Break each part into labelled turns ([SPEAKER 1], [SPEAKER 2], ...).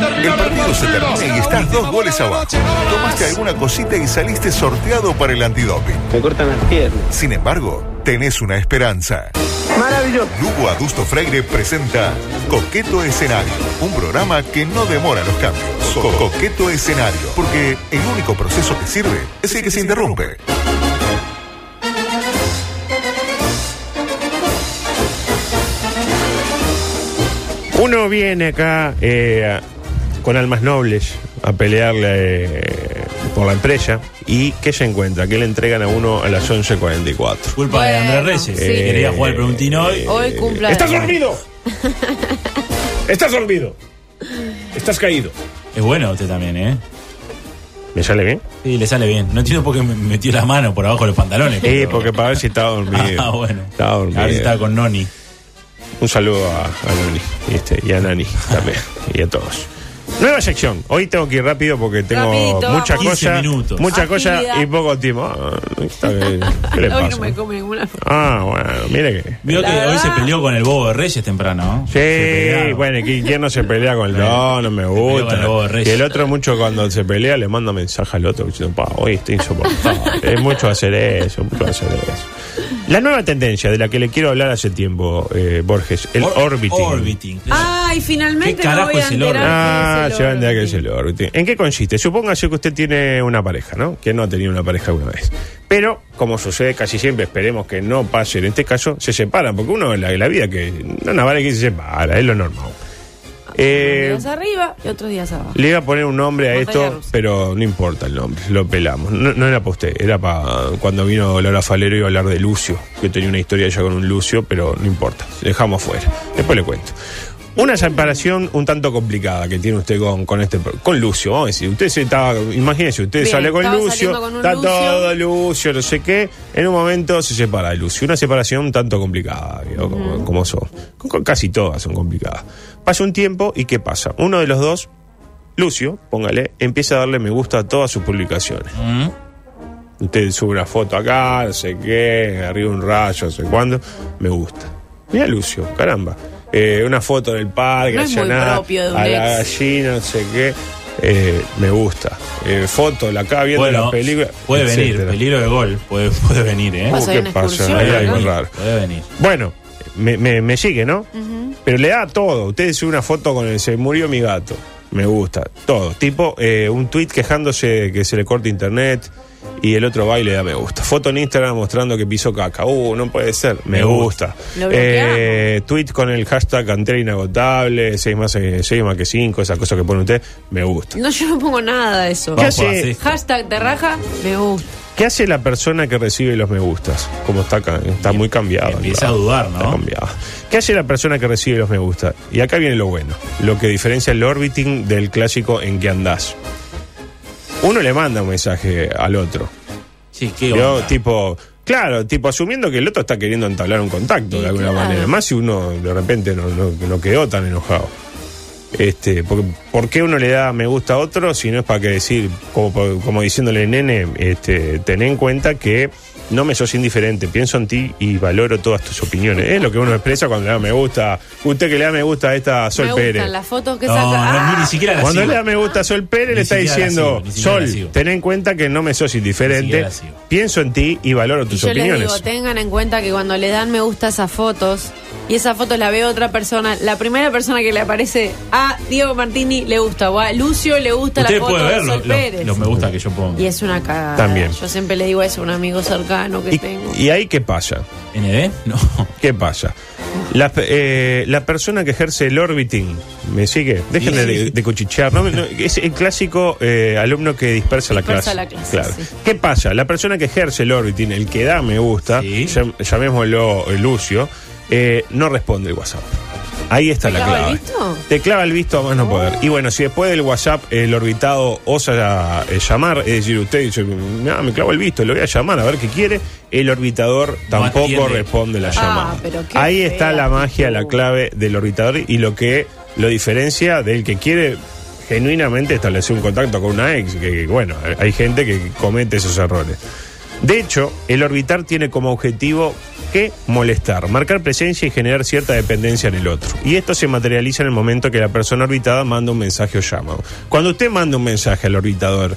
[SPEAKER 1] partido se termina y estás dos goles abajo. Tomaste alguna cosita y saliste sorteado para el antidoping.
[SPEAKER 2] Me cortan las piernas.
[SPEAKER 1] Sin embargo, tenés una esperanza.
[SPEAKER 3] Maravilloso.
[SPEAKER 1] Lugo Adusto Freire presenta Coqueto Escenario, un programa que no demora los cambios. Co- Coqueto Escenario, porque el único proceso que sirve es el que se interrumpe.
[SPEAKER 4] Uno viene acá eh, con almas nobles a pelearle eh, por la empresa y ¿qué se encuentra? Que le entregan a uno a las 11.44.
[SPEAKER 5] Culpa de
[SPEAKER 6] Bueno,
[SPEAKER 5] Andrés Reyes.
[SPEAKER 6] sí.
[SPEAKER 5] que Quería
[SPEAKER 4] Eh.
[SPEAKER 5] jugar el preguntino hoy.
[SPEAKER 6] Hoy cumple.
[SPEAKER 4] ¡Estás dormido! ¡Estás dormido! ¡Estás caído!
[SPEAKER 5] Es bueno usted también, ¿eh?
[SPEAKER 4] ¿Me sale bien?
[SPEAKER 5] Sí, le sale bien. No entiendo por qué me metió las manos por abajo de los pantalones.
[SPEAKER 4] Eh,
[SPEAKER 5] pero-
[SPEAKER 4] porque para ver si estaba dormido.
[SPEAKER 5] Ah, bueno.
[SPEAKER 4] Estaba dormido.
[SPEAKER 5] A ver si estaba con Noni.
[SPEAKER 4] Un saludo a, a Noni este, y a Nani también y a todos. Nueva sección. Hoy tengo que ir rápido porque tengo muchas
[SPEAKER 6] Rapidito, vamos.
[SPEAKER 5] 15
[SPEAKER 4] cosas,
[SPEAKER 5] minutos.
[SPEAKER 4] muchas cosas
[SPEAKER 6] Actividad.
[SPEAKER 4] y poco tiempo. Ah, está bien. ¿Qué le
[SPEAKER 6] Hoy
[SPEAKER 4] pasa?
[SPEAKER 6] no me come ninguna.
[SPEAKER 4] Ah, bueno, mire que.
[SPEAKER 5] Vio
[SPEAKER 6] La
[SPEAKER 5] que hoy
[SPEAKER 6] verdad.
[SPEAKER 5] se peleó con el bobo de Reyes temprano, ¿no? Se
[SPEAKER 4] Sí,
[SPEAKER 5] pelearon.
[SPEAKER 4] bueno, ¿y ¿quién, quién no se pelea con el No, no me
[SPEAKER 5] peleó con
[SPEAKER 4] gusta.
[SPEAKER 5] el Bobo Reyes.
[SPEAKER 4] Y el otro mucho cuando se pelea le manda mensaje al otro diciendo, pa, hoy estoy insoportable. es mucho hacer eso, mucho hacer eso. La nueva tendencia de la que le quiero hablar hace tiempo, eh, Borges, el
[SPEAKER 5] Or-
[SPEAKER 4] orbiting.
[SPEAKER 5] Orbiting.
[SPEAKER 6] Ay, finalmente
[SPEAKER 5] ¿Qué
[SPEAKER 6] me voy
[SPEAKER 5] carajo
[SPEAKER 6] a
[SPEAKER 5] es el oro?
[SPEAKER 6] enterar.
[SPEAKER 4] Ah,
[SPEAKER 6] qué es
[SPEAKER 4] se
[SPEAKER 6] el
[SPEAKER 4] van de
[SPEAKER 6] oro,
[SPEAKER 4] aquel
[SPEAKER 6] sí.
[SPEAKER 4] celular. ¿En qué consiste? Supóngase que usted tiene una pareja, ¿no? Que no ha tenido una pareja alguna vez. Pero, como sucede casi siempre, esperemos que no pase en este caso, se separan, porque uno en la, en la vida que. No, no, vale que se separa, es lo normal. Eh,
[SPEAKER 6] Unos días arriba y otros días abajo.
[SPEAKER 4] le iba a poner un nombre a
[SPEAKER 6] Montaña
[SPEAKER 4] esto,
[SPEAKER 6] rusa.
[SPEAKER 4] pero no importa el nombre, lo pelamos. No, no era para usted, era para cuando vino Laura Falero iba a hablar de Lucio, que tenía una historia ella con un Lucio, pero no importa, dejamos fuera. Después le cuento. Una separación un tanto complicada que tiene usted con, con este con Lucio, vamos a decir, usted se estaba, imagínese, usted
[SPEAKER 6] Bien,
[SPEAKER 4] sale con
[SPEAKER 6] estaba
[SPEAKER 4] Lucio,
[SPEAKER 6] saliendo con un
[SPEAKER 4] está
[SPEAKER 6] Lucio.
[SPEAKER 4] todo Lucio, no sé qué, en un momento se separa de Lucio, una separación un tanto complicada, ¿vio? como, como son, Con- con- casi todas son complicadas. Pasa un tiempo y ¿qué pasa? Uno de los dos Lucio, póngale, empieza a darle me gusta a todas sus publicaciones.
[SPEAKER 5] Mm.
[SPEAKER 4] Usted sube una foto acá, no sé qué, arriba un rayo, no sé cuándo, me gusta. Mira Lucio, caramba. Eh, una foto en el parque,
[SPEAKER 6] No es muy
[SPEAKER 4] allá nada,
[SPEAKER 6] propio de un
[SPEAKER 4] a la
[SPEAKER 6] ex.
[SPEAKER 4] gallina, no sé qué. eh, me gusta. Eh, foto, la acá viendo
[SPEAKER 5] Bueno,
[SPEAKER 4] la película.
[SPEAKER 5] puede venir,
[SPEAKER 4] etcétera. Uh,
[SPEAKER 5] peligro de gol, puede, puede venir, ¿eh?
[SPEAKER 6] Pasa
[SPEAKER 4] ¿qué
[SPEAKER 6] una
[SPEAKER 4] pasa?
[SPEAKER 6] excursión,
[SPEAKER 4] Ahí
[SPEAKER 5] Puede
[SPEAKER 4] hay algo
[SPEAKER 6] ¿no?
[SPEAKER 5] venir,
[SPEAKER 4] raro.
[SPEAKER 5] Puede venir.
[SPEAKER 4] Bueno, me, me- me sigue, ¿no? Pero le da todo. Usted sube una foto con el se murió mi gato. Me gusta. Todo. Tipo eh, un tweet quejándose de que se le corta internet y el otro va y le da me gusta. Foto en Instagram mostrando que pisó caca. Uh, no puede ser. Me,
[SPEAKER 5] Me gusta.
[SPEAKER 4] gusta.
[SPEAKER 6] Lo bloqueamos.
[SPEAKER 4] Eh, tweet con el hashtag cantera inagotable, 6 más, 6 más que 5, esa cosa que pone usted. Me gusta.
[SPEAKER 6] No, yo no pongo nada de eso.
[SPEAKER 4] ¿Qué
[SPEAKER 5] Vamos por
[SPEAKER 4] hace?
[SPEAKER 5] la sexta.
[SPEAKER 6] Hashtag de raja, me gusta.
[SPEAKER 4] ¿Qué hace la persona que recibe los me gustas? Como está, ca- está muy cambiado.
[SPEAKER 5] Empieza
[SPEAKER 4] ¿no?
[SPEAKER 5] a dudar,
[SPEAKER 4] Está
[SPEAKER 5] ¿no?
[SPEAKER 4] cambiado. ¿Qué hace la persona que recibe los me gusta? Y acá viene lo bueno, lo que diferencia el orbiting del clásico en que andás. Uno le manda un mensaje al otro.
[SPEAKER 5] Sí, qué
[SPEAKER 4] ¿vio?
[SPEAKER 5] onda.
[SPEAKER 4] Tipo, claro, tipo asumiendo que el otro está queriendo entablar un contacto
[SPEAKER 6] Y
[SPEAKER 4] de alguna
[SPEAKER 6] claro.
[SPEAKER 4] manera. Más si uno de repente no, no- no quedó tan enojado. Este, porque, ¿Por qué uno le da me gusta a otro si no es para que decir, como, como diciéndole, nene, este, ten en cuenta que no me sos indiferente, pienso en ti y valoro todas tus opiniones? Es lo que uno expresa cuando le da me gusta. Usted que le da me gusta a esta Sol
[SPEAKER 6] me
[SPEAKER 4] Pérez.
[SPEAKER 6] gustan las fotos que
[SPEAKER 5] No,
[SPEAKER 6] saca.
[SPEAKER 5] no, ni
[SPEAKER 6] ¡Ah!
[SPEAKER 5] siquiera la
[SPEAKER 4] Cuando
[SPEAKER 5] sigo.
[SPEAKER 4] le da me gusta a Sol Pérez,
[SPEAKER 5] Ni
[SPEAKER 4] le está
[SPEAKER 5] siquiera la
[SPEAKER 4] diciendo,
[SPEAKER 5] sigo, ni siquiera la
[SPEAKER 4] Sol,
[SPEAKER 5] sigo".
[SPEAKER 4] ten en cuenta que no me sos
[SPEAKER 5] Ni siquiera
[SPEAKER 4] indiferente,
[SPEAKER 5] la sigo.
[SPEAKER 4] pienso en ti y valoro
[SPEAKER 6] Y
[SPEAKER 4] tus
[SPEAKER 6] yo les
[SPEAKER 4] opiniones.
[SPEAKER 6] digo, tengan en cuenta que cuando le dan me gusta a esas fotos y esas fotos la ve otra persona, la primera persona que le aparece a Diego Martini le gusta, o a Lucio le gusta la
[SPEAKER 5] Usted
[SPEAKER 6] foto
[SPEAKER 5] puede
[SPEAKER 6] de
[SPEAKER 5] ver
[SPEAKER 6] Sol
[SPEAKER 5] los
[SPEAKER 6] Pérez.
[SPEAKER 5] me gusta que yo pongo.
[SPEAKER 6] Y es una cagada.
[SPEAKER 4] También.
[SPEAKER 6] Yo siempre le digo eso a un amigo cercano que
[SPEAKER 4] Y-
[SPEAKER 6] tengo.
[SPEAKER 4] y, ahí qué pasa,
[SPEAKER 5] ¿ND? No.
[SPEAKER 4] qué pasa. La, pe- eh, la persona que ejerce el orbiting, ¿me sigue? Dejen
[SPEAKER 5] Sí,
[SPEAKER 4] de,
[SPEAKER 5] sí.
[SPEAKER 4] de cuchichear. ¿no? No, es el clásico eh, alumno que dispersa,
[SPEAKER 6] Dispersa
[SPEAKER 4] la
[SPEAKER 6] la
[SPEAKER 4] clase.
[SPEAKER 6] clase,
[SPEAKER 4] Claro.
[SPEAKER 6] sí.
[SPEAKER 4] ¿Qué pasa? La persona que ejerce el orbiting, el que da me gusta,
[SPEAKER 5] Sí.
[SPEAKER 4] llam- llamémoslo eh, Lucio, eh, no responde el WhatsApp. Ahí está
[SPEAKER 6] ¿Te
[SPEAKER 4] la
[SPEAKER 6] clava el
[SPEAKER 4] clave.
[SPEAKER 6] visto? Oh.
[SPEAKER 4] Te clava el visto a más no poder. Y bueno, si después del WhatsApp el orbitado osa eh, llamar, es decir, usted dice, "Nah, me clavo el visto, lo voy a llamar a ver qué quiere, el orbitador tampoco
[SPEAKER 5] atiende.
[SPEAKER 4] responde la
[SPEAKER 6] Ah,
[SPEAKER 4] llamada.
[SPEAKER 6] pero qué
[SPEAKER 4] Ahí
[SPEAKER 6] fea
[SPEAKER 4] está la magia, la
[SPEAKER 6] actitud.
[SPEAKER 4] clave del orbitador y lo que lo diferencia del que quiere genuinamente establecer un contacto con una ex, que, que, bueno, hay gente que comete esos errores. De hecho, el orbitar tiene como objetivo qué? Molestar, marcar presencia y generar cierta dependencia en el otro. Y esto se materializa en el momento que la persona orbitada manda un mensaje o llama. Cuando usted manda un mensaje al orbitador,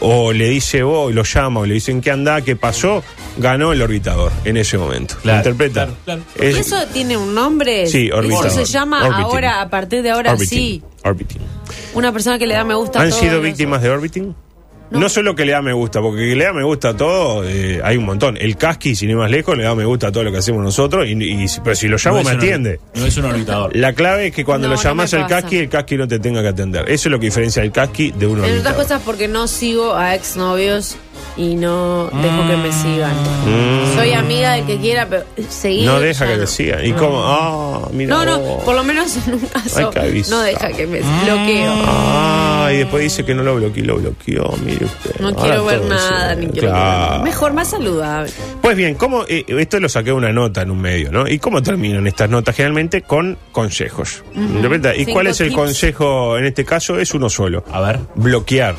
[SPEAKER 4] o le dice vos, lo llama, o le dicen qué anda, qué pasó, ganó el orbitador en ese momento.
[SPEAKER 5] Claro,
[SPEAKER 4] Interpreta.
[SPEAKER 5] claro, claro.
[SPEAKER 6] ¿Y
[SPEAKER 4] Es-
[SPEAKER 6] eso tiene un nombre?
[SPEAKER 4] Sí, orbitador.
[SPEAKER 6] Eso se llama
[SPEAKER 4] Orbiting.
[SPEAKER 6] ahora, a partir de ahora
[SPEAKER 4] orbiting,
[SPEAKER 6] sí,
[SPEAKER 4] orbiting.
[SPEAKER 6] una persona que le da me gusta a
[SPEAKER 4] ¿Han
[SPEAKER 6] todos
[SPEAKER 4] sido
[SPEAKER 6] los-
[SPEAKER 4] víctimas de orbiting?
[SPEAKER 6] No.
[SPEAKER 4] No. solo que le da me gusta, porque que le da me gusta a todo, eh, hay un montón. El casqui, sin ir más lejos, le da me gusta a todo lo que hacemos nosotros, y, y- pero si lo llamo
[SPEAKER 5] es
[SPEAKER 4] me
[SPEAKER 5] un or-
[SPEAKER 4] atiende.
[SPEAKER 5] No es un orbitador.
[SPEAKER 4] La clave es que cuando
[SPEAKER 6] No,
[SPEAKER 4] lo
[SPEAKER 6] no
[SPEAKER 4] llamas
[SPEAKER 6] me
[SPEAKER 4] al
[SPEAKER 6] pasa.
[SPEAKER 4] casqui, el casqui no te tenga que atender. Eso es lo que diferencia el casqui de un
[SPEAKER 6] Entre otras
[SPEAKER 4] orbitador.
[SPEAKER 6] cosas porque no sigo a exnovios y no dejo que me sigan. Soy amiga del que quiera, pero seguir...
[SPEAKER 4] Mm. no deja
[SPEAKER 6] ya
[SPEAKER 4] que
[SPEAKER 6] no.
[SPEAKER 4] te siga. Y
[SPEAKER 6] No.
[SPEAKER 4] como, ah, mira.
[SPEAKER 6] No, no,
[SPEAKER 4] vos.
[SPEAKER 6] por lo menos en un caso
[SPEAKER 4] Hay que avisar.
[SPEAKER 6] no deja que me bloqueo.
[SPEAKER 4] Ah, y después dice que no lo bloqueó, lo bloqueó, mire usted.
[SPEAKER 6] No
[SPEAKER 4] Ahora
[SPEAKER 6] quiero ver
[SPEAKER 4] todo
[SPEAKER 6] nada,
[SPEAKER 4] eso,
[SPEAKER 6] ni quiero ver
[SPEAKER 4] claro.
[SPEAKER 6] nada. Mejor, más saludable.
[SPEAKER 4] Pues bien, ¿cómo, eh, esto lo saqué de una nota en un medio, ¿no? ¿Y cómo terminan estas notas? Generalmente con consejos. De verdad, ¿Y
[SPEAKER 6] Cinco
[SPEAKER 4] cuál es el
[SPEAKER 6] tips.
[SPEAKER 4] consejo en este caso? Es uno solo.
[SPEAKER 5] A ver.
[SPEAKER 4] Bloquear.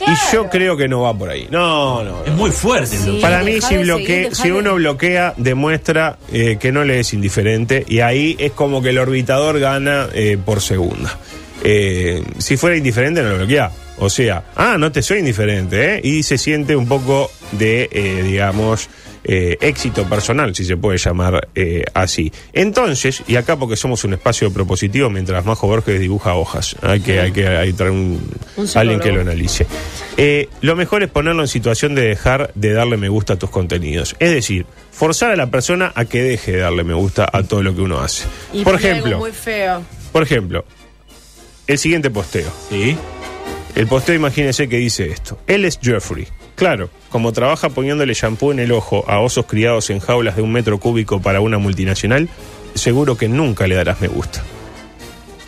[SPEAKER 4] Y yo creo que no va por ahí. No, no. no.
[SPEAKER 5] Es muy fuerte. el
[SPEAKER 6] Sí.
[SPEAKER 5] bloqueo.
[SPEAKER 4] Para
[SPEAKER 6] Dejá
[SPEAKER 4] mí,
[SPEAKER 6] de
[SPEAKER 4] si,
[SPEAKER 6] seguir,
[SPEAKER 4] bloque-
[SPEAKER 6] dejá
[SPEAKER 4] si
[SPEAKER 6] de-
[SPEAKER 4] uno bloquea, demuestra eh, que no le es indiferente y ahí es como que el orbitador gana eh, por segunda. Eh, si fuera indiferente, no lo bloquea. O sea, ah, no te soy indiferente, ¿eh? Y se siente un poco de, eh, digamos, eh, éxito personal, si se puede llamar eh, así. Entonces, y acá porque somos un espacio propositivo, mientras Majo Borges dibuja hojas, hay que, hay que hay que traer un,
[SPEAKER 6] Un psicólogo.
[SPEAKER 4] alguien que lo analice. Eh, lo mejor es ponerlo en situación de dejar de darle me gusta a tus contenidos. Es decir, forzar a la persona a que deje de darle me gusta a todo lo que uno hace.
[SPEAKER 6] Y
[SPEAKER 4] por
[SPEAKER 6] pone algo
[SPEAKER 4] ejemplo,
[SPEAKER 6] muy feo.
[SPEAKER 4] por ejemplo, el siguiente posteo.
[SPEAKER 5] Sí.
[SPEAKER 4] El posteo, imagínense que dice esto. Él es Jeffrey. Claro, como trabaja poniéndole shampoo en el ojo a osos criados en jaulas de un metro cúbico para una multinacional, seguro que nunca le darás me gusta.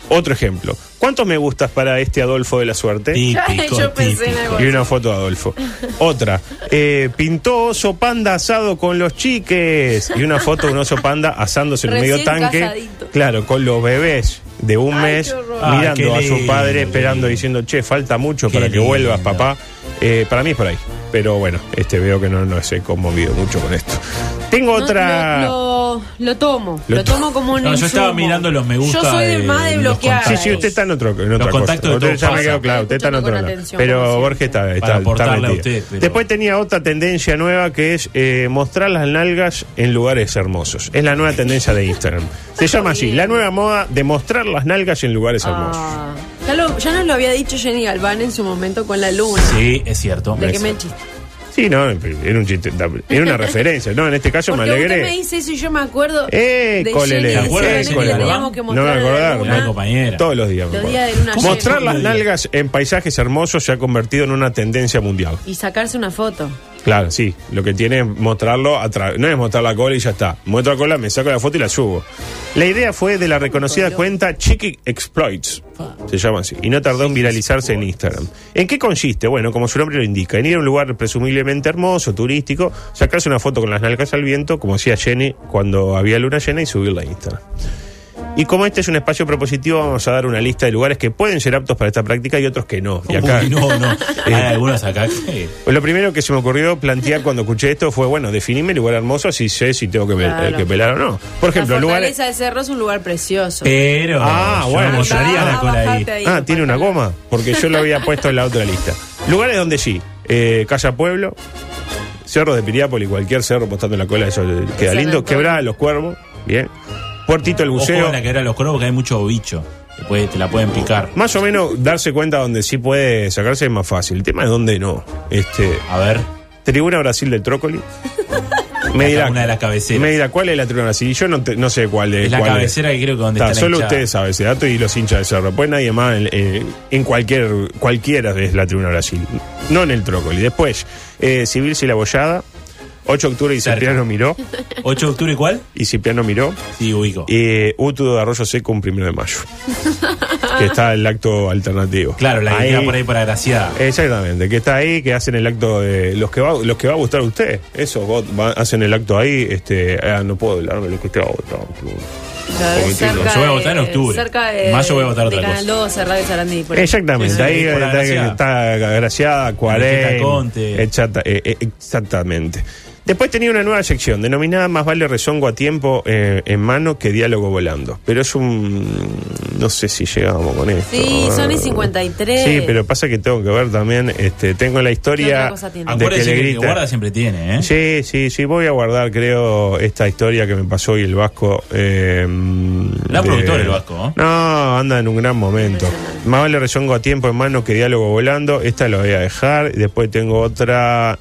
[SPEAKER 4] Otro ejemplo. ¿Cuántos me gustas para este Adolfo de la suerte?
[SPEAKER 5] Típico,
[SPEAKER 6] Yo pensé en
[SPEAKER 5] típico.
[SPEAKER 6] algo.
[SPEAKER 4] Y una foto de Adolfo. Otra. eh, pintó oso panda asado con los chiques. Y una foto de un oso panda asándose en medio
[SPEAKER 6] Recién
[SPEAKER 4] tanque.
[SPEAKER 6] casadito.
[SPEAKER 4] Claro, con los bebés de un
[SPEAKER 6] Ay,
[SPEAKER 4] mes
[SPEAKER 6] qué horror.
[SPEAKER 5] Ah, qué
[SPEAKER 4] mirando a su
[SPEAKER 5] lindo,
[SPEAKER 4] padre,
[SPEAKER 5] qué
[SPEAKER 4] esperando,
[SPEAKER 5] lindo.
[SPEAKER 4] diciendo, che, falta mucho
[SPEAKER 5] Qué
[SPEAKER 4] para que
[SPEAKER 5] lindo.
[SPEAKER 4] vuelvas, papá. Eh, para mí es por ahí. Pero bueno, este veo que no, no he conmovido mucho con esto. Tengo
[SPEAKER 6] No,
[SPEAKER 4] otra.
[SPEAKER 6] Lo, lo- lo tomo,
[SPEAKER 4] Lo
[SPEAKER 6] lo,
[SPEAKER 4] to-
[SPEAKER 6] tomo como un
[SPEAKER 5] No, yo
[SPEAKER 6] insumo.
[SPEAKER 5] estaba mirando los me gusta
[SPEAKER 6] Yo soy de
[SPEAKER 5] de
[SPEAKER 6] más de
[SPEAKER 5] los
[SPEAKER 6] bloquear.
[SPEAKER 4] Sí,
[SPEAKER 5] contactos.
[SPEAKER 4] sí, usted está en otro, en otra cosa.
[SPEAKER 5] contactos de
[SPEAKER 4] Usted
[SPEAKER 5] todos
[SPEAKER 4] ya me
[SPEAKER 5] pasan.
[SPEAKER 4] quedó claro, usted está en
[SPEAKER 6] Escuchando
[SPEAKER 4] otro
[SPEAKER 6] con
[SPEAKER 4] lado.
[SPEAKER 6] atención, como
[SPEAKER 4] Pero
[SPEAKER 6] siempre.
[SPEAKER 4] Borges está, está,
[SPEAKER 5] aportarle
[SPEAKER 4] está
[SPEAKER 5] a
[SPEAKER 4] metido.
[SPEAKER 5] usted, pero-
[SPEAKER 4] Después tenía otra tendencia nueva que es eh, mostrar las nalgas en lugares hermosos. Es la nueva tendencia de Instagram. Se llama así, la nueva moda de mostrar las nalgas en lugares hermosos.
[SPEAKER 6] Ah. Ya, lo- ya nos lo había dicho Jenny Galván en su momento con la luna.
[SPEAKER 5] Sí, es cierto.
[SPEAKER 6] De que
[SPEAKER 5] Es-
[SPEAKER 6] me chiste.
[SPEAKER 4] Sí, no, era un chiste, era una referencia, ¿no? En este caso
[SPEAKER 6] Porque
[SPEAKER 4] me
[SPEAKER 6] usted me
[SPEAKER 4] alegré.
[SPEAKER 6] dice eso y yo me acuerdo
[SPEAKER 4] Eh,
[SPEAKER 6] de
[SPEAKER 4] colele,
[SPEAKER 6] Jenny
[SPEAKER 5] ¿Se acuerda de
[SPEAKER 4] eh,
[SPEAKER 6] diciendo que
[SPEAKER 5] Jenny
[SPEAKER 6] le
[SPEAKER 5] Galván?
[SPEAKER 6] teníamos que
[SPEAKER 4] No me
[SPEAKER 6] mostrar a la
[SPEAKER 4] acordaba,
[SPEAKER 6] luna.
[SPEAKER 5] Una compañera.
[SPEAKER 4] Todos los días. me
[SPEAKER 6] Los
[SPEAKER 4] acuerdo.
[SPEAKER 6] días de luna llena.
[SPEAKER 4] Mostrar las nalgas en paisajes hermosos se ha convertido en una tendencia mundial.
[SPEAKER 6] Y sacarse una foto.
[SPEAKER 4] Claro, sí. Lo que tiene es mostrarlo a tra- No es mostrar la cola y ya está. Muestro la cola, me saco la foto y la subo. La idea fue de la reconocida cuenta Chiqui Exploits. Se llama así. Y no tardó en viralizarse en Instagram. ¿En qué consiste? Bueno, como su nombre lo indica, en ir a un lugar presumiblemente hermoso, turístico, sacarse una foto con las nalgas al viento, como hacía Jenny cuando había luna llena, y subirla a Instagram. Y como este es un espacio propositivo, vamos a dar una lista de lugares que pueden ser aptos para esta práctica y otros que no. Y acá, Eh.
[SPEAKER 5] Uy, no, no. Hay algunos acá que-
[SPEAKER 4] pues lo primero que se me ocurrió plantear cuando escuché esto fue, bueno, definime lugar hermoso si sé si tengo que, pe-
[SPEAKER 6] Claro.
[SPEAKER 4] eh, que pelar o no. Por ejemplo,
[SPEAKER 6] la
[SPEAKER 4] lugares...
[SPEAKER 6] fortaleza de Cerro es un lugar precioso.
[SPEAKER 5] Pero.
[SPEAKER 4] Ah,
[SPEAKER 5] yo
[SPEAKER 4] bueno.
[SPEAKER 5] no mostraría
[SPEAKER 6] Andá
[SPEAKER 5] Eh, la
[SPEAKER 6] a
[SPEAKER 5] cola ahí.
[SPEAKER 6] bajarte ahí,
[SPEAKER 4] Ah,
[SPEAKER 6] no
[SPEAKER 4] tiene
[SPEAKER 6] pasa
[SPEAKER 4] una
[SPEAKER 6] nada.
[SPEAKER 4] goma, porque yo lo había puesto en la otra lista. Lugares donde sí, eh, Calla Pueblo, Cerro de Piriápolis, cualquier cerro postando la cola, eso eh, queda
[SPEAKER 6] San
[SPEAKER 4] lindo.
[SPEAKER 6] Antonio.
[SPEAKER 4] Quebrada de los Cuervos, bien. Puertito el
[SPEAKER 5] Ojo
[SPEAKER 4] Buceo.
[SPEAKER 5] en la que era los coros porque hay mucho bicho. Te, puede- te la pueden picar.
[SPEAKER 4] Más o menos darse cuenta donde sí puede sacarse es más fácil. El tema es donde no. Este,
[SPEAKER 5] A ver.
[SPEAKER 4] Tribuna Brasil del Trócoli. Me dirá,
[SPEAKER 5] una de las cabeceras.
[SPEAKER 4] Me dirá, ¿cuál es la tribuna Brasil? Y yo no, te- no sé cuál es.
[SPEAKER 5] Es la
[SPEAKER 4] cuál
[SPEAKER 5] cabecera que creo que donde está la
[SPEAKER 4] solo
[SPEAKER 5] hinchada.
[SPEAKER 4] ustedes saben ese dato y los hinchas de Cerro. Pues nadie más en, eh, en cualquier cualquiera es la tribuna Brasil. No en el Trócoli. Después, eh, Civil y la Bollada. 8 de octubre y
[SPEAKER 5] Cerca.
[SPEAKER 4] Cipriano miró.
[SPEAKER 5] 8 de octubre, ¿cuál?
[SPEAKER 4] Y Cipriano miró.
[SPEAKER 5] Sí, ubico.
[SPEAKER 4] Y Utu de Arroyo Seco un primero de mayo. que está el acto alternativo.
[SPEAKER 5] Claro, la que
[SPEAKER 4] Ahí-
[SPEAKER 5] queda por ahí para Graciada.
[SPEAKER 4] Exactamente, que está ahí, que hacen el acto de los que va, los que va a gustar a usted. Eso, vos va- hacen el acto ahí, este, ah, no puedo hablar de lo que usted va a gustar.
[SPEAKER 6] Claro,
[SPEAKER 4] Porque
[SPEAKER 6] cerca
[SPEAKER 5] yo voy a
[SPEAKER 6] de-
[SPEAKER 5] votar en octubre.
[SPEAKER 6] Cerca de,
[SPEAKER 5] En mayo voy a votar
[SPEAKER 6] de
[SPEAKER 5] otra
[SPEAKER 6] Canal
[SPEAKER 5] cosa.
[SPEAKER 6] 12, Radio Sarandí. por ejemplo.
[SPEAKER 4] Exactamente,
[SPEAKER 5] Sí,
[SPEAKER 4] ahí
[SPEAKER 5] por la
[SPEAKER 4] está,
[SPEAKER 5] Graciada.
[SPEAKER 4] está Graciada, Cuaré,
[SPEAKER 5] Conte.
[SPEAKER 4] eh, exactamente. Después tenía una nueva sección denominada Más vale rezongo a tiempo eh, en mano que diálogo volando. Pero es un. No sé si llegamos con esto.
[SPEAKER 6] Sí, son y 53.
[SPEAKER 4] Sí, pero pasa que tengo que ver también. Este, tengo la
[SPEAKER 6] ¿Qué otra
[SPEAKER 4] historia
[SPEAKER 6] cosa tiene?
[SPEAKER 4] de que
[SPEAKER 5] Acuérdese
[SPEAKER 4] le
[SPEAKER 5] que, el que
[SPEAKER 4] grita.
[SPEAKER 5] guarda siempre tiene, ¿eh?
[SPEAKER 4] Sí, sí, sí. Voy a guardar, creo, esta historia que me pasó hoy el Vasco. eh,
[SPEAKER 5] La
[SPEAKER 4] de-
[SPEAKER 5] productora el Vasco, ¿eh? ¿no?
[SPEAKER 4] No, anda en un gran momento.
[SPEAKER 6] Impresionante.
[SPEAKER 4] Más vale rezongo a tiempo en mano que diálogo volando. Esta la voy a dejar. Después tengo otra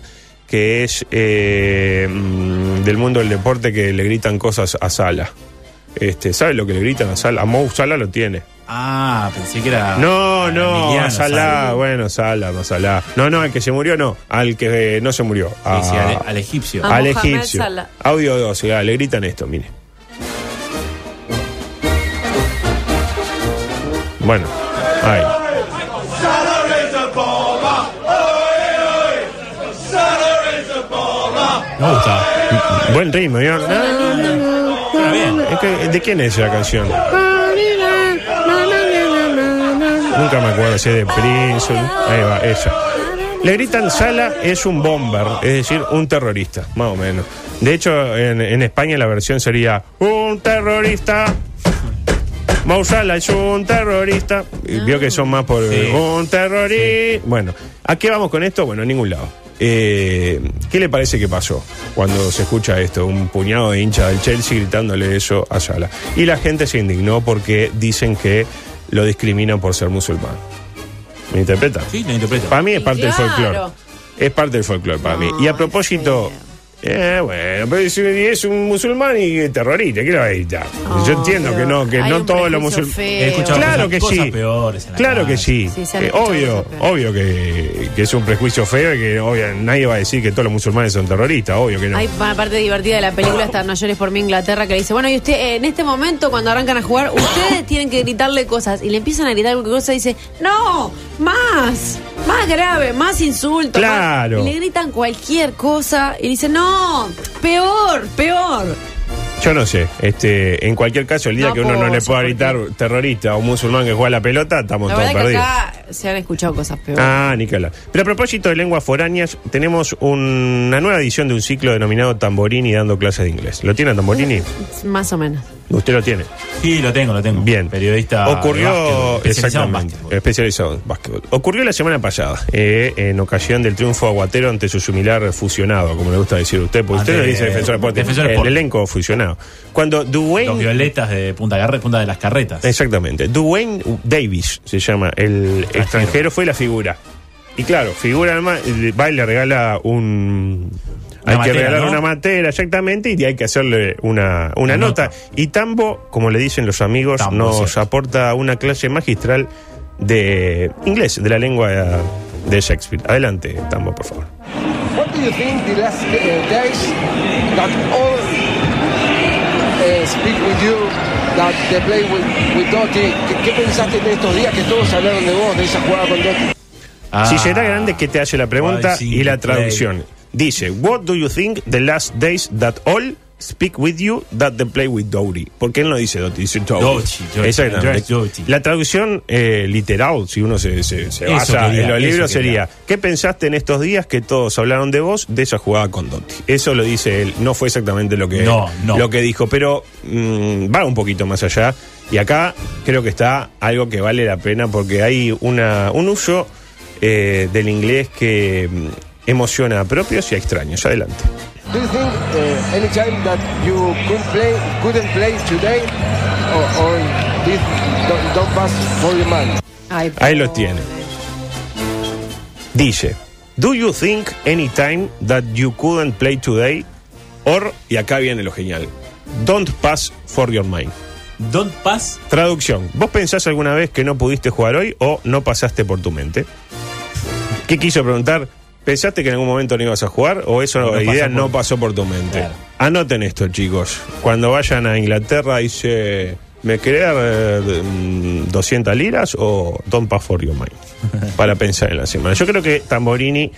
[SPEAKER 4] que es eh, mm, del mundo del deporte que le gritan cosas a Sala. Este, ¿Sabes lo que le gritan a Sala? A Mou Sala lo tiene.
[SPEAKER 5] Ah, pensé que era.
[SPEAKER 4] No, no,
[SPEAKER 5] Emiliano,
[SPEAKER 4] a Salah,
[SPEAKER 5] ¿sabe?
[SPEAKER 4] bueno, Salah, no Salah. No, no, al que se murió no, al que eh, no se murió. A-
[SPEAKER 5] Sí, sí, al, al egipcio.
[SPEAKER 6] Ah.
[SPEAKER 4] al
[SPEAKER 6] Mohamed
[SPEAKER 4] egipcio.
[SPEAKER 6] Salah.
[SPEAKER 4] Audio 2, ya, le gritan esto, mire. Bueno, ahí.
[SPEAKER 5] Me gusta.
[SPEAKER 4] Buen ritmo, ¿vio?
[SPEAKER 5] Está bien.
[SPEAKER 4] Es que, ¿De quién es la canción? Nunca me acuerdo si es de Prince. o- Ahí va, esa. Le gritan Sala es un bomber, es decir, un terrorista, más o menos. De hecho, en, en España la versión sería un terrorista. Mausala es un terrorista. Y Vio que son más por
[SPEAKER 5] Sí.
[SPEAKER 4] un terrorista. Bueno, ¿a qué vamos con esto? Bueno, a ningún lado. Eh, ¿Qué le parece que pasó cuando se escucha esto? Un puñado de hinchas del Chelsea gritándole eso a Sala. Y la gente se indignó porque dicen que lo discriminan por ser musulmán. ¿Me interpreta?
[SPEAKER 5] Sí, lo interpreto.
[SPEAKER 4] Para mí es
[SPEAKER 6] Y
[SPEAKER 4] parte del
[SPEAKER 6] claro.
[SPEAKER 4] folclore. Es parte del folclore para mí.
[SPEAKER 6] No,
[SPEAKER 4] Y a
[SPEAKER 6] qué
[SPEAKER 4] propósito. eh, bueno, pero si es un musulmán y es terrorista, ¿qué le va a gritar?
[SPEAKER 6] No,
[SPEAKER 4] Yo entiendo que
[SPEAKER 6] pero
[SPEAKER 4] no, que
[SPEAKER 6] hay
[SPEAKER 4] no
[SPEAKER 6] un
[SPEAKER 4] todos los
[SPEAKER 6] prejuicio
[SPEAKER 4] musulmanes.
[SPEAKER 6] feo.
[SPEAKER 5] He escuchado
[SPEAKER 4] Claro
[SPEAKER 5] cosas,
[SPEAKER 4] que
[SPEAKER 5] cosas
[SPEAKER 4] sí.
[SPEAKER 5] peores en la
[SPEAKER 4] Claro que
[SPEAKER 5] calle.
[SPEAKER 4] sí.
[SPEAKER 6] Sí, se han
[SPEAKER 4] Eh,
[SPEAKER 6] escuchado
[SPEAKER 4] obvio,
[SPEAKER 6] cosas peores.
[SPEAKER 4] obvio que, que es un prejuicio feo y que obvio, nadie va a decir que todos los musulmanes son terroristas, obvio que no.
[SPEAKER 6] Hay una parte divertida de la película hasta No llores por mí Inglaterra que le dice, bueno, y usted eh, en este momento cuando arrancan a jugar, ustedes tienen que gritarle cosas y le empiezan a gritar cualquier cosa y dice, no, más, más grave, más insulto. más".
[SPEAKER 4] Claro.
[SPEAKER 6] Y le gritan cualquier cosa y dice, no, peor, peor.
[SPEAKER 4] Yo no sé. Este, en cualquier caso, el día
[SPEAKER 6] No,
[SPEAKER 4] que uno no
[SPEAKER 6] pues,
[SPEAKER 4] le pueda
[SPEAKER 6] porque-
[SPEAKER 4] gritar terrorista o un musulmán que juega a la pelota, estamos
[SPEAKER 6] La
[SPEAKER 4] todos
[SPEAKER 6] verdad que
[SPEAKER 4] perdidos.
[SPEAKER 6] acá se han escuchado cosas peores.
[SPEAKER 4] Ah, Nicolás. Pero a propósito de lenguas foráneas, tenemos un- una nueva edición de un ciclo denominado Tamborini dando clases de inglés. ¿Lo tiene Tamborini?
[SPEAKER 6] Más o menos.
[SPEAKER 4] Usted lo tiene.
[SPEAKER 5] Sí, lo tengo, lo tengo.
[SPEAKER 4] Bien.
[SPEAKER 5] Periodista. de
[SPEAKER 4] Ocurrió.
[SPEAKER 5] básquetbol, especializado en
[SPEAKER 4] exactamente,
[SPEAKER 5] básquetbol.
[SPEAKER 4] Especializado en básquetbol. Ocurrió la semana pasada, eh, en ocasión del triunfo aguatero ante su similar fusionado, como le gusta decir a usted, porque usted
[SPEAKER 5] Ante-
[SPEAKER 4] lo dice defensor de Sporting,
[SPEAKER 5] Defensor de
[SPEAKER 4] El
[SPEAKER 5] Sporting.
[SPEAKER 4] elenco fusionado. Cuando
[SPEAKER 5] Los
[SPEAKER 4] Duane.
[SPEAKER 5] violetas de Punta, Carre- Punta de las Carretas.
[SPEAKER 4] Exactamente. Dwayne Davis se llama. El extranjero, fue la figura. Y claro, figura además, eh, va y le regala un.
[SPEAKER 5] Una
[SPEAKER 4] hay
[SPEAKER 5] matera,
[SPEAKER 4] que regalar
[SPEAKER 5] ¿no?
[SPEAKER 4] una matera, exactamente, y hay que hacerle una, una
[SPEAKER 5] Una
[SPEAKER 4] nota.
[SPEAKER 5] nota.
[SPEAKER 4] Y Tambo, como le dicen los amigos,
[SPEAKER 5] Tambo,
[SPEAKER 4] nos
[SPEAKER 5] cierto.
[SPEAKER 4] aporta una clase magistral de inglés, de la lengua de Shakespeare. Adelante, Tambo, por favor.
[SPEAKER 2] What do you think the last uh, days that all eh, speak with you, that they play with, with Doty? ¿Qué, qué pensaste de estos días que todos hablaron de vos, de esa jugada con Doty?
[SPEAKER 5] Ah.
[SPEAKER 4] Si será grande que te hace la pregunta
[SPEAKER 5] Ay, sí,
[SPEAKER 4] y la
[SPEAKER 5] play.
[SPEAKER 4] traducción. Dice, what do you think the last days that all speak with you that they play with Doughty? Porque él no dice Doughty, dice Doughty.
[SPEAKER 5] Doughty, Doughty,
[SPEAKER 4] Exactamente.
[SPEAKER 5] Andreas Doughty.
[SPEAKER 4] La traducción eh, literal, si uno se, se- se
[SPEAKER 5] Eso
[SPEAKER 4] basa
[SPEAKER 5] quería,
[SPEAKER 4] en los
[SPEAKER 5] eso
[SPEAKER 4] libros, sería,
[SPEAKER 5] quería.
[SPEAKER 4] ¿qué pensaste en estos días que todos hablaron de vos de esa jugada con Doughty? Eso lo dice él, no fue exactamente lo que,
[SPEAKER 5] No, no.
[SPEAKER 4] Lo que dijo, pero mm, va un poquito más allá. Y acá creo que está algo que vale la pena porque hay una, un uso eh, del inglés que mm, emociona a propios y a extraños. Adelante.
[SPEAKER 2] Do you think eh, any time that you couldn't play, couldn't play today, or, or did, don't, don't pass for your man?
[SPEAKER 6] Ay,
[SPEAKER 4] Ahí lo
[SPEAKER 6] pobre.
[SPEAKER 4] tiene. Dice, ¿Do you think any time that you couldn't play today? Or, y acá viene lo genial, don't pass for your mind.
[SPEAKER 5] Don't pass.
[SPEAKER 4] Traducción. ¿Vos pensás alguna vez que no pudiste jugar hoy o no pasaste por tu mente? ¿Qué quiso preguntar? ¿Pensaste que en algún momento no ibas a jugar o eso
[SPEAKER 5] No
[SPEAKER 4] la idea
[SPEAKER 5] pasó por-
[SPEAKER 4] no pasó por tu mente?
[SPEAKER 5] Claro.
[SPEAKER 4] Anoten esto, chicos. Cuando vayan a Inglaterra dice, ¿me querés dar eh, mm, 200 liras o don't pass for your mind? Para pensar en la semana. Yo creo que Tamborini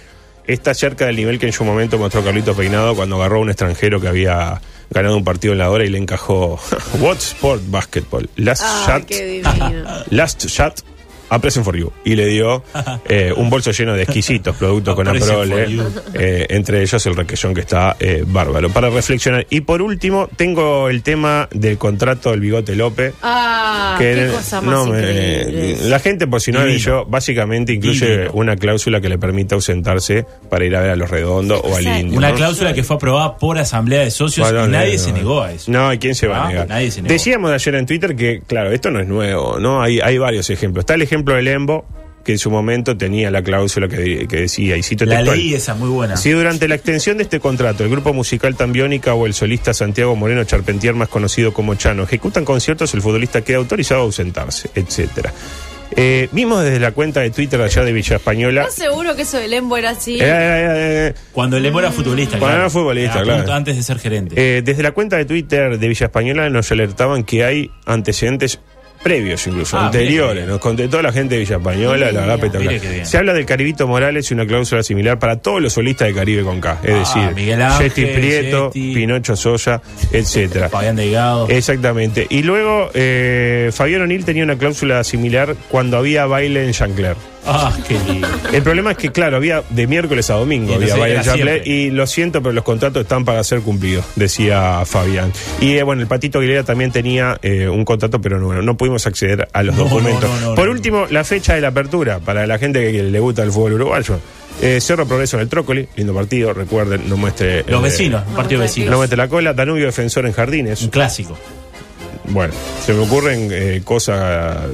[SPEAKER 4] está cerca del nivel que en su momento mostró Carlitos Peinado cuando agarró a un extranjero que había ganado un partido en la hora y le encajó What Sport Basketball. Last
[SPEAKER 6] Ay,
[SPEAKER 4] shot.
[SPEAKER 6] qué divino.
[SPEAKER 4] Last shot A Present for You. Y le dio eh, un bolso lleno de exquisitos productos
[SPEAKER 5] A
[SPEAKER 4] con
[SPEAKER 5] present for
[SPEAKER 4] Aprole.
[SPEAKER 5] you.
[SPEAKER 4] eh, entre ellos el requesón que está eh, bárbaro. Para reflexionar. Y por último, tengo el tema del contrato del bigote López.
[SPEAKER 6] Ah,
[SPEAKER 4] que en
[SPEAKER 6] qué
[SPEAKER 4] el-
[SPEAKER 6] cosa más
[SPEAKER 4] no, me-
[SPEAKER 6] increíble.
[SPEAKER 4] la gente, por si no
[SPEAKER 5] Divino.
[SPEAKER 4] yo, básicamente incluye
[SPEAKER 5] Divino.
[SPEAKER 4] una cláusula que le permita ausentarse para ir a ver a los redondos o al
[SPEAKER 6] cosa-
[SPEAKER 4] indio.
[SPEAKER 5] Una
[SPEAKER 4] ¿no?
[SPEAKER 5] cláusula que fue aprobada por asamblea de socios
[SPEAKER 4] Bueno,
[SPEAKER 5] y
[SPEAKER 4] no,
[SPEAKER 5] nadie
[SPEAKER 4] no,
[SPEAKER 5] se
[SPEAKER 4] no.
[SPEAKER 5] negó a eso.
[SPEAKER 4] No, ¿y quién se va a
[SPEAKER 5] Ah,
[SPEAKER 4] negar?
[SPEAKER 5] nadie se negó.
[SPEAKER 4] Decíamos ayer en Twitter que, claro, esto no es nuevo, ¿no? Hay, hay varios ejemplos. Está el ejemplo del Embo, que en su momento tenía la cláusula que, que decía, y cito
[SPEAKER 5] la
[SPEAKER 4] textual.
[SPEAKER 5] ley esa muy buena.
[SPEAKER 4] Si durante la extensión de este contrato el grupo musical Tambiónica o el solista Santiago Moreno Charpentier, más conocido como Chano, ejecutan conciertos, el futbolista queda autorizado a ausentarse, etcétera. Eh, vimos desde la cuenta de Twitter allá de Villa Española.
[SPEAKER 6] ¿Estás seguro que eso del Embo era así?
[SPEAKER 4] Eh, eh, eh, eh,
[SPEAKER 5] Cuando el Emo era futbolista.
[SPEAKER 4] Cuando era futbolista,
[SPEAKER 5] A
[SPEAKER 4] claro.
[SPEAKER 5] punto Antes de ser gerente.
[SPEAKER 4] Eh, desde la cuenta de Twitter de Villa Española nos alertaban que hay antecedentes previos incluso,
[SPEAKER 5] Ah, mire qué
[SPEAKER 4] anteriores.
[SPEAKER 5] bien.
[SPEAKER 4] Nos contestó la gente de Villa Española, la verdad espectacular.
[SPEAKER 5] Mire qué bien.
[SPEAKER 4] Se habla del Caribito Morales y una cláusula similar para todos los solistas de Caribe con K, es
[SPEAKER 5] Ah,
[SPEAKER 4] decir,
[SPEAKER 5] Miguel Ángel,
[SPEAKER 4] Yeti Prieto,
[SPEAKER 5] Yeti.
[SPEAKER 4] Pinocho Sosa, etcétera.
[SPEAKER 5] Fabián Delgado.
[SPEAKER 4] Eh. Exactamente. Y luego eh, Fabián O'Neill tenía una cláusula similar cuando había baile en Chancler.
[SPEAKER 5] Ah, qué lindo.
[SPEAKER 4] El problema es que, claro, había de miércoles a domingo,
[SPEAKER 5] Y
[SPEAKER 4] había
[SPEAKER 5] entonces
[SPEAKER 4] baile
[SPEAKER 5] era
[SPEAKER 4] Chaplin,
[SPEAKER 5] siempre.
[SPEAKER 4] y lo siento, pero los contratos están para ser cumplidos, decía Fabián. Y eh, bueno, el Patito Aguilera también tenía eh, un contrato, pero no, bueno, no pudimos acceder a los
[SPEAKER 5] No,
[SPEAKER 4] documentos.
[SPEAKER 5] no, no, no,
[SPEAKER 4] Por
[SPEAKER 5] no.
[SPEAKER 4] último, la fecha de la apertura, para la gente que le gusta el fútbol uruguayo. Eh, Cerro Progreso en el Trócoli, lindo partido, recuerden, no muestre...
[SPEAKER 5] Los
[SPEAKER 4] eh,
[SPEAKER 5] vecinos, un partido vecino.
[SPEAKER 4] No muestre la cola, Danubio Defensor en Jardines.
[SPEAKER 5] Un clásico.
[SPEAKER 4] Bueno, se me ocurren eh, cosas,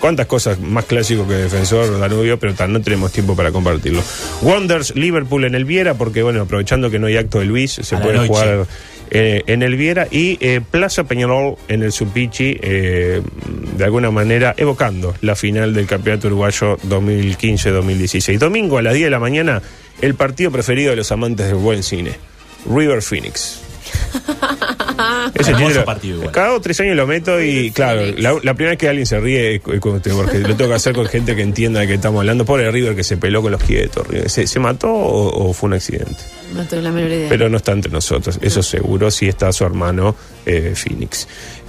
[SPEAKER 4] cuántas cosas más clásicos que Defensor Danubio, pero tan- no tenemos tiempo para compartirlo. Wonders Liverpool en el Viera, porque bueno, aprovechando que no hay acto de Luis, se
[SPEAKER 5] A la
[SPEAKER 4] puede
[SPEAKER 5] noche.
[SPEAKER 4] jugar eh, en el Viera y eh, Plaza Peñarol en el Supichi, eh, de alguna manera evocando la final del Campeonato Uruguayo 2015-2016. Domingo a las 10 de la mañana, el partido preferido de los amantes del buen cine, River Phoenix. Ese
[SPEAKER 5] Hermoso
[SPEAKER 4] título-
[SPEAKER 5] partido igual.
[SPEAKER 4] Cada dos tres años lo meto y claro, la, la primera vez que alguien se ríe es cu- es con usted, porque lo tengo que hacer con gente que entienda de qué estamos hablando. Pobre River que se peló con los quietos. River. ¿Se, se mató o, o fue un accidente?
[SPEAKER 6] No tengo la menor idea.
[SPEAKER 4] Pero no está entre nosotros, eso seguro, sí está su hermano eh, Phoenix.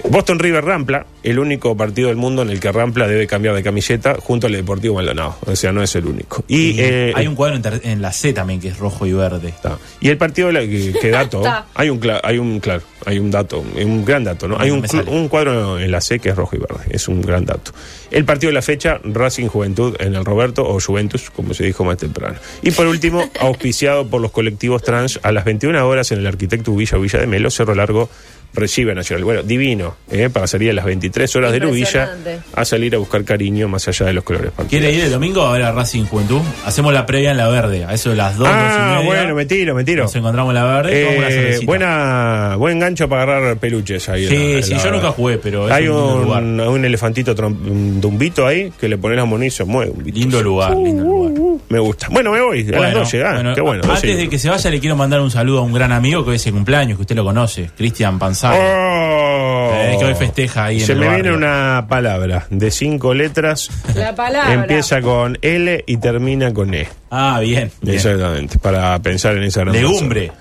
[SPEAKER 4] Boston River Rampla, el único partido del mundo en el que Rampla debe cambiar de camiseta junto al Deportivo Maldonado. O sea, no es el único. Y,
[SPEAKER 5] Y
[SPEAKER 4] eh,
[SPEAKER 5] hay un cuadro en, ter- en la C también que es rojo y verde.
[SPEAKER 4] Está. Y el partido, de la- que, que dato,
[SPEAKER 6] Está.
[SPEAKER 4] hay un, cla- hay un claro, hay un dato, un gran dato, ¿no? Hay
[SPEAKER 5] No
[SPEAKER 4] un,
[SPEAKER 5] me
[SPEAKER 4] cl-
[SPEAKER 5] sale.
[SPEAKER 4] un cuadro en la C que es rojo y verde, es un gran dato. El partido de la fecha, Racing Juventud en el Roberto, o Juventus, como se dijo más temprano. Y por último, auspiciado por los colectivos trans, a las 21 horas en el Arquitecto Villa Villa de Melo, Cerro Largo, recibe a Nacional. Bueno, divino, ¿eh? para salir a las 23 horas de Luvilla
[SPEAKER 6] Impresionante.
[SPEAKER 4] a salir a buscar cariño más allá de los colores
[SPEAKER 5] ¿Quiere ir el domingo a ver a Racing Juventud? Hacemos la previa en la verde. A eso de las 2,
[SPEAKER 4] Ah, bueno, me tiro, me tiro.
[SPEAKER 5] Nos encontramos en la verde. tomamos una
[SPEAKER 4] Eh,
[SPEAKER 5] cervecita.
[SPEAKER 4] buena, buen gancho para agarrar peluches ahí. en
[SPEAKER 5] Sí,
[SPEAKER 4] en
[SPEAKER 5] sí, yo nunca jugué, pero es
[SPEAKER 4] Hay
[SPEAKER 5] un lindo lugar.
[SPEAKER 4] un, un elefantito trom- un dumbito ahí que le pones la munición. Muy dumbito.
[SPEAKER 5] Lindo lugar, lindo lugar.
[SPEAKER 4] Me gusta. Bueno, me voy. Uh, a las 12, ah,
[SPEAKER 5] bueno,
[SPEAKER 4] qué bueno.
[SPEAKER 5] Antes
[SPEAKER 4] doce.
[SPEAKER 5] de que se vaya, le quiero mandar un saludo a un gran amigo que hoy es el cumpleaños, que usted lo conoce, Cristian Panzano.
[SPEAKER 4] ¡Oh!
[SPEAKER 5] Eh, que hoy festeja ahí en
[SPEAKER 4] Se
[SPEAKER 5] el
[SPEAKER 4] me
[SPEAKER 5] barrio.
[SPEAKER 4] viene una palabra de cinco letras.
[SPEAKER 6] La palabra.
[SPEAKER 4] Empieza con L y termina con E.
[SPEAKER 5] Ah, bien. bien.
[SPEAKER 4] Exactamente. Para pensar en esa gran
[SPEAKER 5] Legumbre.
[SPEAKER 4] persona.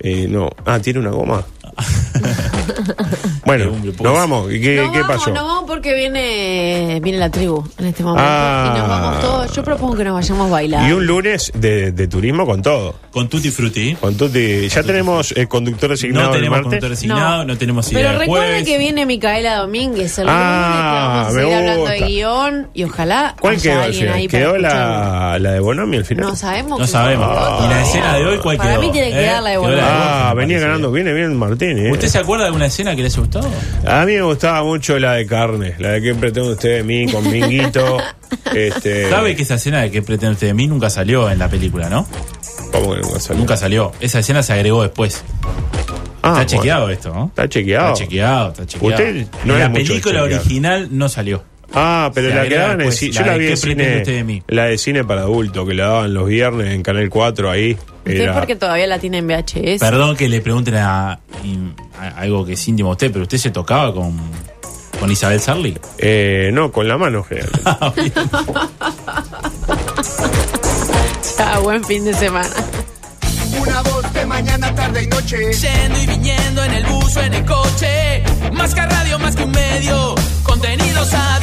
[SPEAKER 4] Eh, no. Ah, tiene una goma. bueno,
[SPEAKER 5] Legumbre, pues.
[SPEAKER 4] nos vamos. ¿Y ¿Qué,
[SPEAKER 6] No
[SPEAKER 4] qué
[SPEAKER 6] vamos,
[SPEAKER 4] pasó?
[SPEAKER 6] no vamos porque viene, viene la tribu en este momento.
[SPEAKER 4] Ah.
[SPEAKER 6] Y nos vamos todos. Yo propongo que nos vayamos bailando.
[SPEAKER 4] Y un lunes de, de turismo con todo.
[SPEAKER 5] Con Tutti Frutti.
[SPEAKER 4] Con Tuti. Ya tenemos eh, conductor designado
[SPEAKER 5] No
[SPEAKER 4] el
[SPEAKER 5] tenemos
[SPEAKER 4] martes.
[SPEAKER 5] conductor designado, no, tenemos idea
[SPEAKER 6] Pero
[SPEAKER 5] de
[SPEAKER 6] recuerda
[SPEAKER 5] jueves.
[SPEAKER 6] que viene Micaela Domínguez el
[SPEAKER 4] Ah,
[SPEAKER 6] lunes que vamos a seguir
[SPEAKER 4] me
[SPEAKER 6] hablando de
[SPEAKER 4] gusta.
[SPEAKER 6] guión y ojalá
[SPEAKER 4] ¿Cuál
[SPEAKER 6] haya
[SPEAKER 4] quedó al
[SPEAKER 6] alguien
[SPEAKER 4] final?
[SPEAKER 6] ahí para
[SPEAKER 4] ¿Quedó
[SPEAKER 6] escucharlo.
[SPEAKER 4] la, la de Bonomi al final?
[SPEAKER 6] No sabemos.
[SPEAKER 5] No
[SPEAKER 6] quién
[SPEAKER 5] sabemos.
[SPEAKER 6] quedó
[SPEAKER 5] Y la escena
[SPEAKER 6] todavía.
[SPEAKER 5] de hoy, ¿cuál
[SPEAKER 6] Para
[SPEAKER 5] quedó?
[SPEAKER 6] mí tiene que
[SPEAKER 5] ¿Eh?
[SPEAKER 6] dar la de
[SPEAKER 5] Quedó
[SPEAKER 6] Bonomi.
[SPEAKER 5] la de Bonomi,
[SPEAKER 4] Ah,
[SPEAKER 5] me
[SPEAKER 4] venía
[SPEAKER 5] parece.
[SPEAKER 4] ganando. Viene bien Martín, eh.
[SPEAKER 5] ¿Usted se acuerda de alguna escena que le haya gustado?
[SPEAKER 4] A mí me gustaba mucho la de carne, la de que pretende usted de mí con Minguito. este,
[SPEAKER 5] Sabe que esa escena de que pretende usted de mí nunca salió en la película, ¿no?
[SPEAKER 4] ¿Cómo que nunca salió?
[SPEAKER 5] Nunca salió. Esa escena se agregó después.
[SPEAKER 4] Ah,
[SPEAKER 5] está
[SPEAKER 4] bueno.
[SPEAKER 5] chequeado esto, ¿no?
[SPEAKER 4] Está chequeado.
[SPEAKER 5] Está chequeado, está chequeado.
[SPEAKER 4] Oh. Usted no
[SPEAKER 5] En
[SPEAKER 4] era
[SPEAKER 5] la
[SPEAKER 4] mucho de
[SPEAKER 5] película
[SPEAKER 4] chequear.
[SPEAKER 5] original no salió.
[SPEAKER 4] Ah, pero
[SPEAKER 5] Se
[SPEAKER 4] la que
[SPEAKER 5] agrega
[SPEAKER 4] daban en
[SPEAKER 5] después,
[SPEAKER 4] cine.
[SPEAKER 5] la
[SPEAKER 4] Yo la
[SPEAKER 5] de
[SPEAKER 4] vi
[SPEAKER 5] ¿Qué
[SPEAKER 4] en
[SPEAKER 5] pretende
[SPEAKER 4] cine.
[SPEAKER 5] usted de mí?
[SPEAKER 4] La de cine para adulto, que la daban los viernes en Canal 4 ahí.
[SPEAKER 6] Usted
[SPEAKER 4] Era-
[SPEAKER 6] porque todavía la tiene en VHS.
[SPEAKER 5] Perdón que le pregunten a, a- algo que es íntimo a usted, pero usted se tocaba con, con Isabel Sarli.
[SPEAKER 4] Eh, no, con la mano, generalmente.
[SPEAKER 6] Chao, buen fin de semana.
[SPEAKER 3] Una voz de mañana, tarde y noche.
[SPEAKER 7] Yendo y viniendo en el bus o en el coche. Más que radio, más que un medio. Contenidos a